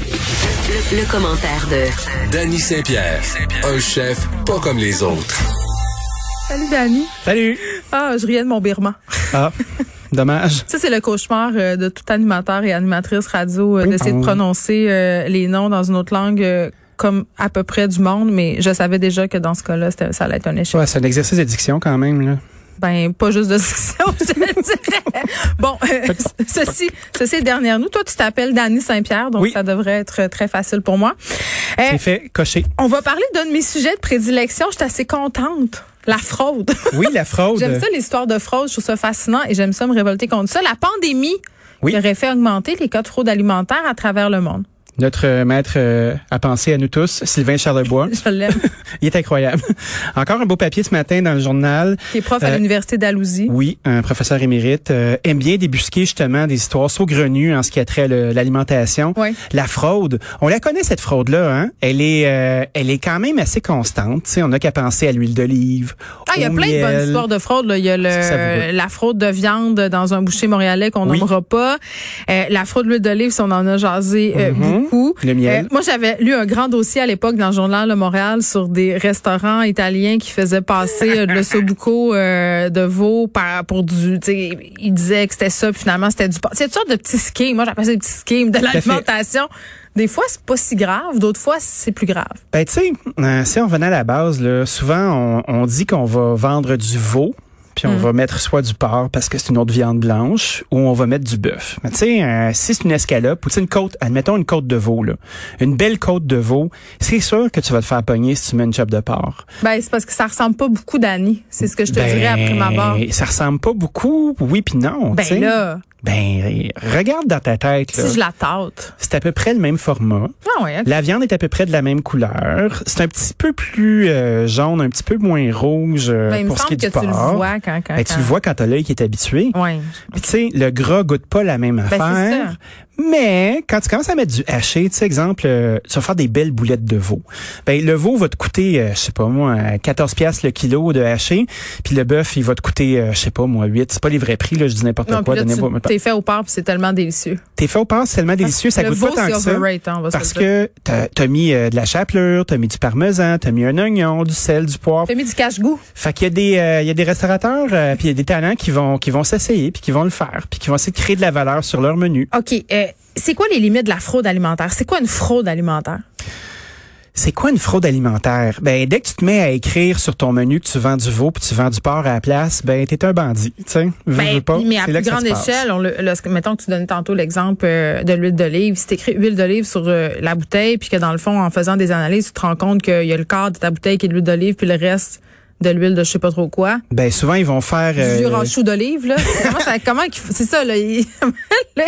Le, le commentaire de Danny Saint-Pierre, un chef pas comme les autres. Salut, Dani. Salut. Ah, je riais de mon birman. Ah, dommage. Ça, c'est le cauchemar euh, de tout animateur et animatrice radio euh, Oui. d'essayer de Ah. prononcer euh, les noms dans une autre langue euh, comme à peu près du monde, mais je savais déjà que dans ce cas-là, c'était- ça allait être un échec. Ouais, c'est un exercice d'addiction quand même. Là. Ben, pas juste de succès, je te dirais. Bon, euh, ceci, ceci est derrière nous. Toi, tu t'appelles Dani Saint-Pierre, donc Oui. ça devrait être très facile pour moi. Euh, C'est fait cocher. on va parler d'un de mes sujets de prédilection. Je suis assez contente. La fraude. Oui, la fraude. J'aime ça, l'histoire de fraude. Je trouve ça fascinant et j'aime ça me révolter contre ça. La pandémie Oui. qui aurait fait augmenter les cas de fraude alimentaire à travers le monde. Notre euh, maître euh, à penser à nous tous, Sylvain Charlebois. Je l'aime. Il est incroyable. Encore un beau papier ce matin dans le journal. Qui est prof à Euh, l'Université d'Alousie. Oui, un professeur émérite euh, aime bien débusquer justement des histoires saugrenues en ce qui a trait à le- l'alimentation. Oui. La fraude, on la connaît cette fraude-là. Hein? Elle est, euh, elle est quand même assez constante. Tu sais, on n'a qu'à penser à l'huile d'olive. Ah, il y a au plein de bonnes miel. histoires de fraude. là. Il y a C'est le, savoureux. la fraude de viande dans un boucher montréalais qu'on Oui. nommera pas. Euh, la fraude de l'huile d'olive, si on en a jasé euh, beaucoup. Mm-hmm. Euh, Le miel. moi, j'avais lu un grand dossier à l'époque dans le journal de Montréal sur des restaurants italiens qui faisaient passer euh, de l'ossobuco euh, de veau par, pour du... tu sais, Ils disaient que c'était ça, puis finalement, c'était du... porc. C'est une sorte de petits schemes. Moi, j'appelle ça des petits schemes de fait. l'alimentation. Des fois, c'est pas si grave. D'autres fois, c'est plus grave. Ben, tu sais, euh, si on venait à la base, là, souvent, on, on dit qu'on va vendre du veau, puis on Hmm. va mettre soit du porc parce que c'est une autre viande blanche, ou on va mettre du bœuf. Mais tu sais, euh, si c'est une escalope, ou tu sais, une côte, admettons une côte de veau, là, une belle côte de veau, c'est sûr que tu vas te faire pogner si tu mets une chope de porc. Ben, c'est parce que ça ressemble pas beaucoup d'Annie. C'est ce que je Ben, te dirais après ma barre. Ça ressemble pas beaucoup, oui puis non. tu sais. Ben là, Ben, regarde dans ta tête, là. si je la tâte. C'est à peu près le même format. Ah ouais, ok. La viande est à peu près de la même couleur. C'est un petit peu plus euh, jaune, un petit peu moins rouge euh, Ben, il me pour ce qui est semble que du porc. tu le vois quand, quand, Ben, tu le vois quand t'as l'œil qui est habitué. Oui. Puis, tu sais, le gras goûte pas la même Ben, c'est affaire. Mais quand tu commences à mettre du haché, tu sais, exemple, euh, tu vas faire des belles boulettes de veau. Ben, le veau va te coûter, euh, je sais pas moi, euh, 14 piastres le kilo de haché. Puis le bœuf, il va te coûter, euh, je sais pas moi, 8. C'est pas les vrais prix, là, je dis n'importe Non, quoi. puis là, donnez-moi- tu t'es fait au porc, puis c'est tellement délicieux. T'es fait au pain, c'est tellement délicieux, ça le goûte veau, pas tant c'est que ça. overrated, hein, on va se parce le que t'as t'as mis euh, de la chapelure, t'as mis du parmesan, t'as mis un oignon, du sel, du poivre. T'as mis du cache-goût. Fait qu'il y a des euh, il y a des restaurateurs euh, puis il y a des talents qui vont qui vont s'essayer puis qui vont le faire puis qui vont essayer de créer de la valeur sur leur menu. OK. euh, c'est quoi les limites de la fraude alimentaire? C'est quoi une fraude alimentaire? C'est quoi une fraude alimentaire Ben dès que tu te mets à écrire sur ton menu que tu vends du veau puis tu vends du porc à la place, ben t'es un bandit, tu sais. Veux, veux pas, Ben, mais à c'est plus là que ça grande se passe. échelle, on le, le- mettons que tu donnais tantôt l'exemple euh, de l'huile d'olive. Si t'écris huile d'olive sur euh, la bouteille, puis que dans le fond, en faisant des analyses, tu te rends compte qu'il y a le quart de ta bouteille qui est de l'huile d'olive, puis le reste de l'huile de je sais pas trop quoi. Ben souvent ils vont faire du vieux euh, ranchou d'olive là comment ça comment qu'il faut- c'est ça là il- les,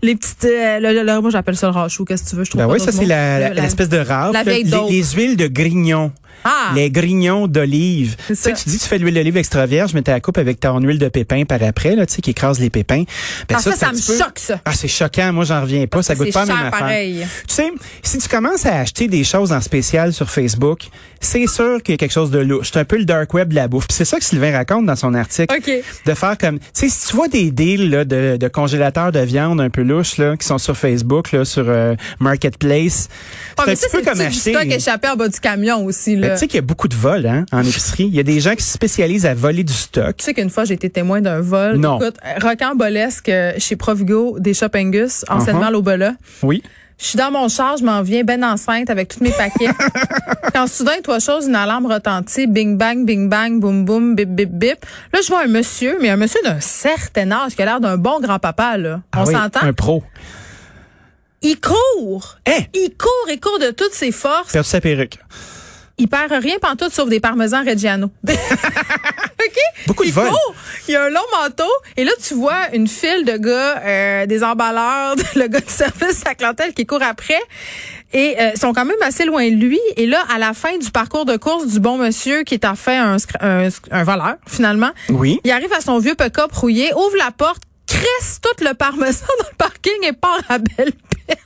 les petites euh, là, là, là, moi j'appelle ça le ranchou qu'est-ce que tu veux je trouve Ben pas oui, d'autre ça c'est mot. la- Le- la- l'espèce de rare. la vieille les, daube. les huiles de grignon. Ah! Les grignons d'olive. C'est Tu sais, ça. tu dis que tu fais de l'huile d'olive extra vierge, mais t'as la coupe avec ton huile de pépin par après, là, tu sais, qui écrase les pépins. Ben, Ah, ça, c'est ça un me petit peu- choque, ça. Ah, c'est choquant. Moi, j'en reviens pas. Ça que goûte c'est pas à la cher même affaire. pareil. Tu sais, si tu commences à acheter des choses en spécial sur Facebook, c'est sûr qu'il y a quelque chose de louche. C'est un peu le dark web de la bouffe. Puis c'est ça que Sylvain raconte dans son article. OK. De faire comme, tu sais, si tu vois des deals là, de, de congélateurs de viande un peu louches là, qui sont sur Facebook, là, sur euh, Marketplace, Ah, c'est mais un ça, petit peu c'est le comme petit acheter. stock échappé en bas du camion aussi Ben, là tu sais qu'il y a beaucoup de vols hein, en épicerie. Il y a des gens qui se spécialisent à voler du stock. tu sais qu'une fois, j'ai été témoin d'un vol. Non. Écoute, euh, rocambolesque euh, chez Provigo des Shop Angus, Uh-huh. enseignement l'Obola. Oui. Je suis dans mon char, je m'en viens ben enceinte avec tous mes paquets. Quand soudain, trois choses, une alarme retentit, bing bang, bing bang, boum boum, bip bip bip. Là, je vois un monsieur, mais un monsieur d'un certain âge qui a l'air d'un bon grand-papa, là. Ah On oui, s'entend? Un pro. Il court! Hein? Il court et court de toutes ses forces. Perdu sa perruque. Il perd rien pantoute sauf des parmesans Reggiano. OK? Beaucoup de il vols. court, il a un long manteau, et là, tu vois une file de gars, euh, des emballeurs, le gars du service à la clientèle qui court après, et euh, sont quand même assez loin de lui. Et là, à la fin du parcours de course du bon monsieur, qui est en fait un, scr- un, sc- un voleur, finalement, Oui. il arrive à son vieux pecop rouillé, ouvre la porte, crisse tout le parmesan dans le parking et part à belle peine.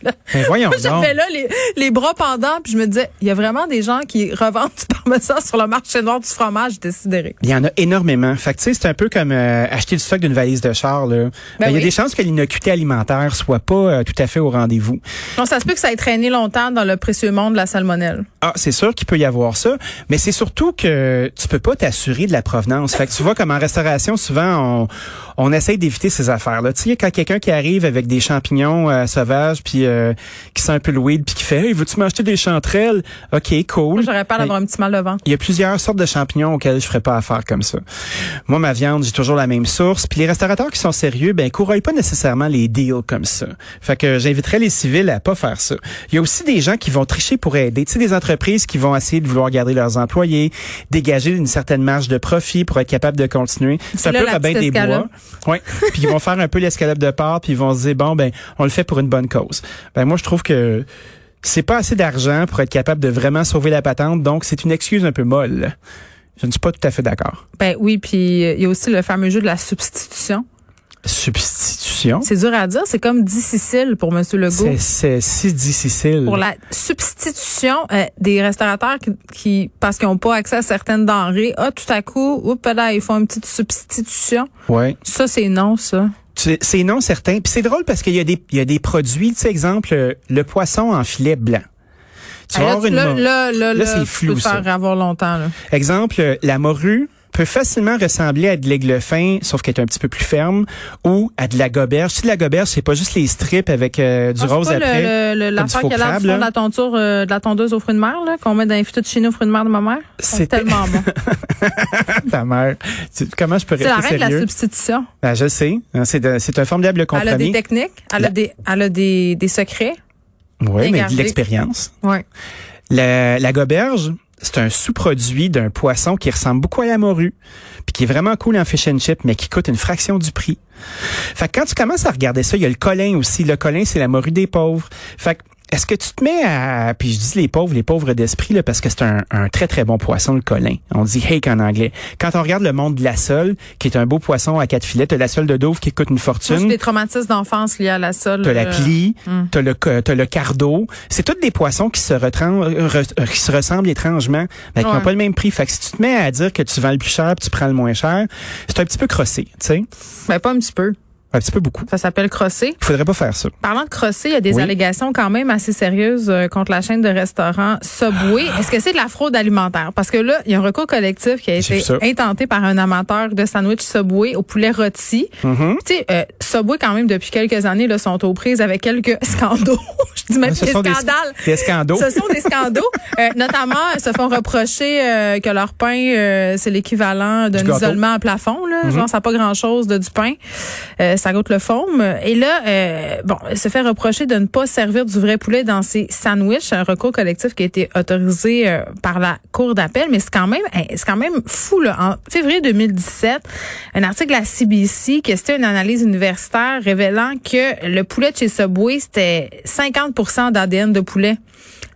Ben voyons Moi, donc. J'avais là les, les bras pendants, puis je me disais, il y a vraiment des gens qui revendent du parmesan me sens sur le marché noir du fromage décidéré. Il y en a énormément. Fait que, tu sais, c'est un peu comme euh, acheter du stock d'une valise de char. Là. Ben, il y a oui. des chances que l'inocuité alimentaire soit pas euh, tout à fait au rendez-vous. Non, ça se peut que ça ait traîné longtemps dans le précieux monde de la salmonelle. Ah, c'est sûr qu'il peut y avoir ça, mais c'est surtout que tu peux pas t'assurer de la provenance. Fait que tu vois, comme en restauration, souvent, on, on essaye d'éviter ces affaires-là. Tu sais, quand quelqu'un qui arrive avec des champignons euh, sauvages, puis euh, qui sent un peu le weed, puis qui fait « Hey, veux-tu m'acheter des chanterelles? » OK, Moi, cool. j'aurais peur d'avoir un petit mal de ventre. Il y a plusieurs sortes de champignons auxquels je ferais pas affaire comme ça. Moi, ma viande, j'ai toujours la même source. Puis les restaurateurs qui sont sérieux, ben, courraillent pas nécessairement les deals comme ça. Fait que j'inviterais les civils à pas faire ça. Il y a aussi des gens qui vont tricher pour aider. Tu sais, des entreprises qui vont essayer de vouloir garder leurs employés, dégager une certaine marge de profit pour être capable de continuer. C'est un là peu la Robin petite des Bois. escalope. Ouais. puis ils vont faire un peu l'escalope de part, puis ils vont se dire, bon, ben, on le fait pour une bonne cause. Ben, moi, je trouve que c'est pas assez d'argent pour être capable de vraiment sauver la patente, donc c'est une excuse un peu molle. Je ne suis pas tout à fait d'accord. Ben oui, puis euh, il y a aussi le fameux jeu de la substitution. Substitution. C'est dur à dire, c'est comme difficile pour Monsieur Legault. Oh. C'est- C'est si difficile. Pour la substitution euh, des restaurateurs qui, qui- parce qu'ils n'ont pas accès à certaines denrées, ah tout à coup, oups là, ils font une petite substitution. Ouais. Ça c'est non ça. C'est c'est non certain. Puis c'est drôle parce qu'il y a des il y a des produits, tu sais exemple euh, le poisson en filet blanc. Ah, Tu vas là, avoir tu- une là, mor- là, là, Là, là, c'est tu flou, peux te faire avoir longtemps. Là. Ah, exemple euh, la morue peut facilement ressembler à de l'aigle fin, sauf qu'elle est un petit peu plus ferme, ou à de la goberge. Si de la goberge, c'est pas juste les strips avec euh, du Ah, c'est rose pas le- après. le- le- comme du l'affaire faux qui a l'air crabe, du fond là. de la tonture, euh, de la tondeuse aux fruits de mer là, qu'on met dans les fettuccine aux fruits de mer de ma mère. C'est C'était- tellement bon. Ta mère. Tu- Comment je peux c'est la rester reine de la sérieux? substitution. Ben, je sais. Hein, C'est de- c'est un formidable Elle a des compromis. techniques, elle La- a des, elle a des, des secrets. Oui, bien mais de gardées. l'expérience. Ouais. La, la goberge, c'est un sous-produit d'un poisson qui ressemble beaucoup à la morue, puis qui est vraiment cool en fish and chip, mais qui coûte une fraction du prix. Fait que quand tu commences à regarder ça, il y a le colin aussi. Le colin, c'est la morue des pauvres. Fait que est-ce que tu te mets à... Puis je dis les pauvres, les pauvres d'esprit, là, parce que c'est un, un très, très bon poisson, le colin. On dit hake en anglais. Quand on regarde le monde de la sole, qui est un beau poisson à quatre filets, t'as la sole de Dove qui coûte une Moi, j'ai fortune. des traumatismes d'enfance liés à la sol. T'as la euh, plie, t'as le co- t'as le cardo, c'est tous des poissons qui se retran- re- qui se ressemblent étrangement, mais qui n'ont Ouais. pas le même prix. Fait que si tu te mets à dire que tu vends le plus cher, puis tu prends le moins cher, c'est un petit peu crossé, tu sais, Ben, pas un petit peu. un petit peu beaucoup. Ça s'appelle crosser. Il faudrait pas faire ça. Parlant de crosser, il y a des Oui. allégations quand même assez sérieuses euh, contre la chaîne de restaurants Subway. Ah. Est-ce que c'est de la fraude alimentaire? Parce que là, il y a un recours collectif qui a J'ai été vu ça. intenté par un amateur de sandwich Subway au poulet rôti. Mm-hmm. Tu sais, euh, Subway, quand même, depuis quelques années, là, sont aux prises avec quelques scandaux. Je dis même Ah, Ce des sont des- scandales. des scandaux. Ce sont des scandaux. Euh, notamment, ils se font reprocher euh, que leur pain, euh, c'est l'équivalent d'un Du gâteau. Mm-hmm. isolement à plafond. Là. Genre, ça n'a pas grand-chose de du pain. Euh, ça goûte le foam. Et là, euh, bon, elle se fait reprocher de ne pas servir du vrai poulet dans ses sandwichs. Un recours collectif qui a été autorisé euh, par la Cour d'appel. Mais c'est quand même hein, c'est quand même fou. Là. En février 2017, un article à CBC qui était une analyse universitaire révélant que le poulet de chez Subway, c'était 50 d'ADN de poulet.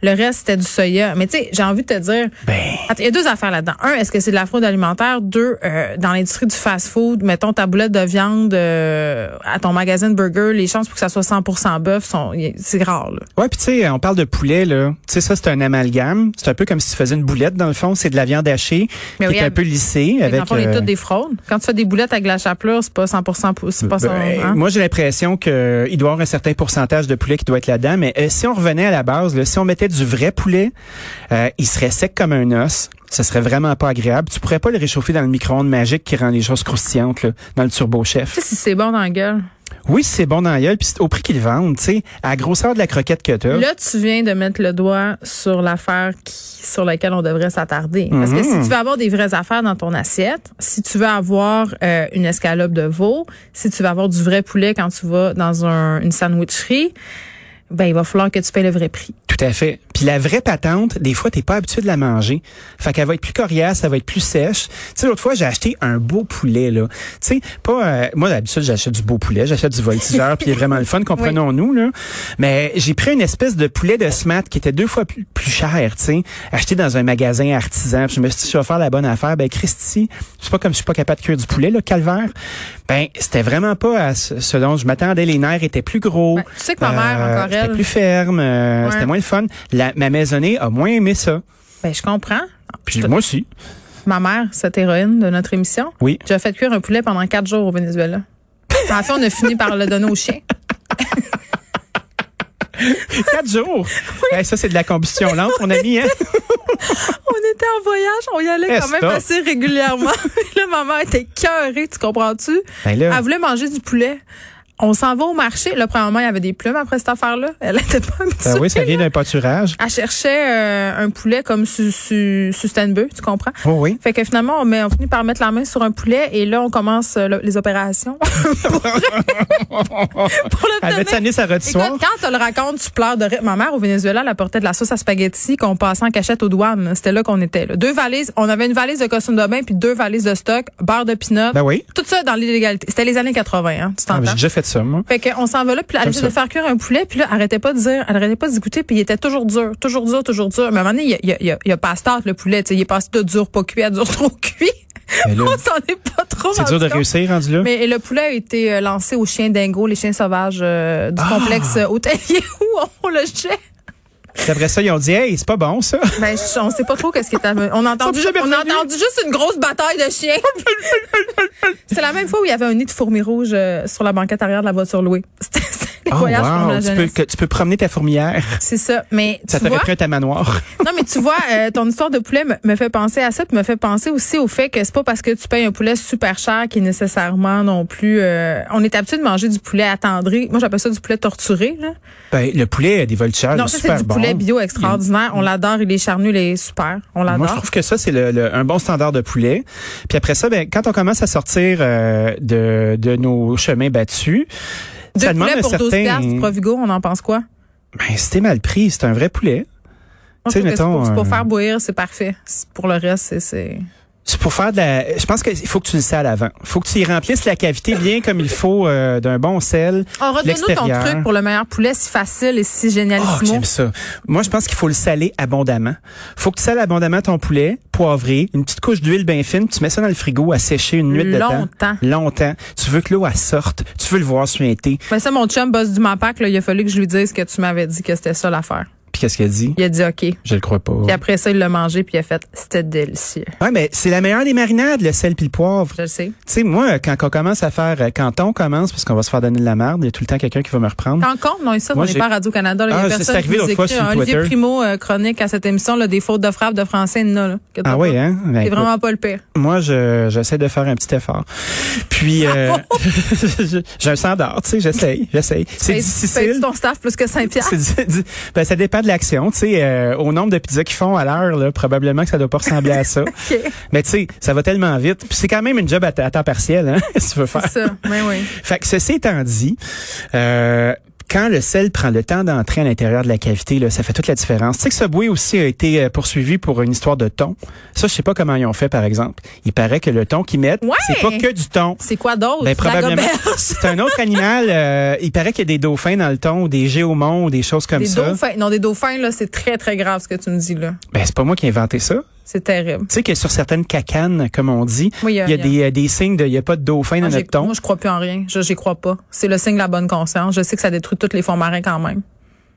Le reste, c'était du soya. Mais tu sais, j'ai envie de te dire, Ben, Attends, Il y a deux affaires là-dedans. Un, est-ce que c'est de la fraude alimentaire? Deux, euh, dans l'industrie du fast-food, mettons ta boulette de viande euh, à ton magasin de burger, les chances pour que ça soit 100% bœuf sont, y- c'est rare. Là. ouais, puis tu sais, on parle de poulet là. Tu sais, ça c'est un amalgame. C'est un peu comme si tu faisais une boulette dans le fond. C'est de la viande hachée Mais qui oui, est un elle- peu lissée Fait que avec. dans le fond, les euh, toutes des fraudes. Quand tu fais des boulettes avec de la chapelure, c'est pas 100%. pou- C'est pas ça, Ben, hein? Moi, j'ai l'impression que il doit y avoir un certain pourcentage de poulet qui doit être là-dedans. Mais euh, si on revenait à la base, là, si on mettait du vrai poulet, euh, il serait sec comme un os. Ce serait vraiment pas agréable. Tu pourrais pas le réchauffer dans le micro-ondes magique qui rend les choses croustillantes là, dans le turbo-chef. Tu sais si c'est bon dans la gueule. Oui, c'est bon dans la gueule, puis c'est au prix qu'ils le vendent, tu sais, à la grosseur de la croquette que t'as. Là, tu viens de mettre le doigt sur l'affaire qui- sur laquelle on devrait s'attarder. Parce que si tu veux avoir des vraies affaires dans ton assiette, si tu veux avoir euh, une escalope de veau, si tu veux avoir du vrai poulet quand tu vas dans un- une sandwicherie, ben il va falloir que tu payes le vrai prix. Tout à fait. Puis la vraie patente, des fois, t'es pas habitué de la manger. Fait qu'elle va être plus coriace, elle va être plus sèche. Tu sais, l'autre fois, j'ai acheté un beau poulet, là. Tu sais, pas... euh, moi, d'habitude, j'achète du beau poulet, j'achète du voltigeur, puis il est vraiment le fun, comprenons-nous, là. Mais j'ai pris une espèce de poulet de smat qui était deux fois plus, plus cher, tu sais, acheté dans un magasin artisan. Puis je me suis dit, je vais faire la bonne affaire. Ben, Christy, c'est pas comme je suis pas capable de cuire du poulet, là, calvaire. Ben, c'était vraiment pas à ce, ce dont je m'attendais. Les nerfs étaient plus gros. Ouais, Ben, tu sais que ma mère, encore c'était elle- plus ferme, euh, Ouais. c'était moins le fun. La, ma maisonnée a moins aimé ça. Ben je comprends. Puis moi aussi. Ma mère, cette héroïne de notre émission, Oui. j'ai fait cuire un poulet pendant quatre jours au Venezuela. En fait, on a fini par le donner au chien. Quatre jours. Hey, ça, c'est de la combustion lente, mon ami. Hein? On était en voyage, on y allait quand Eh, même stop. assez régulièrement. là, maman était cœurée, tu comprends-tu? Ben là. Elle voulait manger du poulet. On s'en va au marché. Là, premièrement, il y avait des plumes après cette affaire-là. Elle était pas habituée. Ben oui, ça vient d'un pâturage. Elle cherchait euh, un poulet comme su, su, su Stenbeu, tu comprends? Oh oui. Fait que finalement, on, met, on finit par mettre la main sur un poulet et là, on commence euh, le- les opérations. pour Elle avait-tu l'obtenir. amené sa Écoute, rôtissoire? quand on le raconte, tu pleures de rire. Ma mère au Venezuela, elle apportait de la sauce à spaghetti qu'on passait en cachette aux douanes. C'était là qu'on était. là. Deux valises. On avait une valise de costume de bain puis deux valises de stock, beurre de pinot. Ben oui. Tout ça dans l'illégalité. C'était les années 80, hein, tu Ah, ben, t'entends? J'ai déjà fait ça, moi. Fait qu'on s'en va là, puis elle J'aime essayait de ça. faire cuire un poulet, puis là, elle arrêtait pas de dire, elle arrêtait pas de goûter, puis il était toujours dur, toujours dur, toujours dur. Mais à un moment donné, il y a, il y a- il y a, il y a pas start, le poulet, tu sais, il est passé de dur pas cuit à dur trop cuit. Mais là, On s'en est pas trop C'est dur de rendu compte. réussir rendu là. Mais le poulet a été euh, lancé aux chiens dingo, les chiens sauvages euh, Ah! du complexe euh, hôtelier où on le jette. Puis Après ça, ils ont dit, hey, c'est pas bon, ça. Ben, je- on sait pas trop qu'est-ce qui est à On a entendu, Ils sont plus on jamais a entendu juste une grosse bataille de chiens. C'est la même fois où il y avait un nid de fourmis rouges euh, sur la banquette arrière de la voiture louée. C'était c'était des Oh, voyages pour la wow. Tu peux, jeunesse. que- tu peux promener ta fourmière. C'est ça. Mais Ça tu t'aurait vois, pris ta manoir. non, mais tu vois, euh, ton histoire de poulet me, me fait penser à ça, puis me fait penser aussi au fait que c'est pas parce que tu payes un poulet super cher qui est nécessairement non plus. euh, on est habitué de manger du poulet attendri. Moi, j'appelle ça du poulet torturé. Là. Ben, le poulet des voltigeurs, non, il est ça c'est super du bon. poulet bio extraordinaire. On l'adore, il est charnu, il est super. On Moi, je l'adore. trouve que ça, c'est le, le- un bon standard de poulet. Puis après ça, ben, quand on commence à sortir euh, de, de nos chemins battus, Deux ça demande poulets un pour 12 certain... piastres, Provigo, on en pense quoi? Ben, c'était mal pris, c'est un vrai poulet. Moi, je Tu sais, trouve que c'est mettons, pour, c'est pour euh, faire bouillir, c'est parfait. C'est- Pour le reste, c'est- c'est... C'est pour faire de la... Je pense qu'il faut que tu le sais à l'avant. faut que tu y remplisses la cavité bien comme il faut euh, d'un bon sel. Oh, Redonne-nous ton L'extérieur. truc pour le meilleur poulet, si facile et si Oh, génialissimo. j'aime ça. Moi, je pense qu'il faut le saler abondamment. faut que tu sales abondamment ton poulet, poivrer, une petite couche d'huile bien fine, tu mets ça dans le frigo à sécher une nuit de temps. Longtemps. Longtemps. Tu veux que l'eau elle sorte, tu veux le voir suinter. Mais ça, mon chum boss du MAPAC, là, il a fallu que je lui dise que tu m'avais dit que c'était ça l'affaire. Puis qu'est-ce qu'elle dit Il a dit OK. Puis Je le crois pas. après ça, il l'a mangé, puis il a fait c'était délicieux. Ouais, mais c'est la meilleure des marinades, le sel puis le poivre. Je le sais. Tu sais, moi, quand on commence à faire, euh, quand on commence, parce qu'on va se faire donner de la merde, il y a tout le temps quelqu'un qui va me reprendre. T'en comptes? Non, et ça, on Moi, n'est j'ai- pas à Radio-Canada. là. Il y a Ah, personne c'est arrivé qui nous l'autre fois écrit. sur Un Olivier Twitter. Primo euh, chronique à cette émission, là, des fautes de frappe de français, il y en a, là. que t'as Ah pas. oui, hein? Ben, C'est écoute, vraiment pas le pire. Moi, je- j'essaie de faire un petit effort. Puis, euh, j'ai un standard, tu sais, j'essaye, j'essaye. C'est Fais- fais-tu difficile. Ben, ton staff plus que Saint-Pierre. C'est di- di- ben, ça dépend de l'action, tu sais, euh, au nombre de pizzas qu'ils font à l'heure, là, probablement que ça doit pas ressembler à ça. Mais tu sais, ça va tellement vite. Puis c'est quand même une job à, t- à temps partiel, hein, si tu veux faire. C'est ça. Oui, oui. Fait que ceci étant dit, euh, quand le sel prend le temps d'entrer à l'intérieur de la cavité, là, ça fait toute la différence. Tu sais que Subway aussi a été euh, poursuivi pour une histoire de thon. Ça, je sais pas comment ils ont fait, par exemple. Il paraît que le thon qu'ils mettent, Ouais! c'est pas que du thon. C'est quoi d'autre? Ben, De la probablement. goberge. C'est un autre animal. euh, il paraît qu'il y a des dauphins dans le thon, ou des géomons, ou des choses comme Des ça. dauphins. Non, des dauphins, là, c'est très, très grave ce que tu me dis, là. Ben, c'est pas moi qui ai inventé ça. C'est terrible. Tu sais que sur certaines cacanes, comme on dit, Oui, il y a- il y a des, euh, des signes de il n'y a pas de dauphin Moi, dans j'ai- notre thon. moi, je crois plus en rien. Je j'y crois pas. C'est le signe de la bonne conscience. Je sais que ça détruit tous les fonds marins quand même.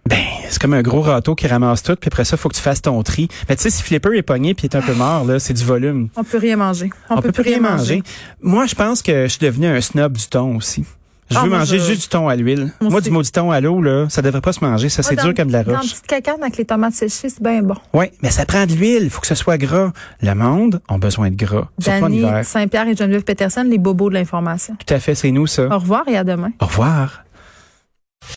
Ben, c'est comme un gros râteau qui ramasse tout, puis après ça, faut que tu fasses ton tri. Mais tu sais, si Flipper est pogné puis est un peu mort, là, c'est du volume. On peut rien manger. On, On, peut plus rien manger. Moi, je pense que je suis devenu un snob du thon aussi. Je Ah, veux moi, manger je- juste du thon à l'huile. Moi Moi, aussi. du maudit thon à l'eau, là, ça devrait pas se manger. Ça, c'est Moi, dur dans- comme de la Dans une roche. petite cacane avec les tomates séchées, c'est bien bon. Oui, mais ça prend de l'huile. faut que ce soit gras. Le monde a besoin de gras. Surtout en Danny hiver. Saint-Pierre et Geneviève Peterson, les bobos de l'information. Oh. Tout à fait, c'est nous, ça. Au revoir et à demain. Au revoir.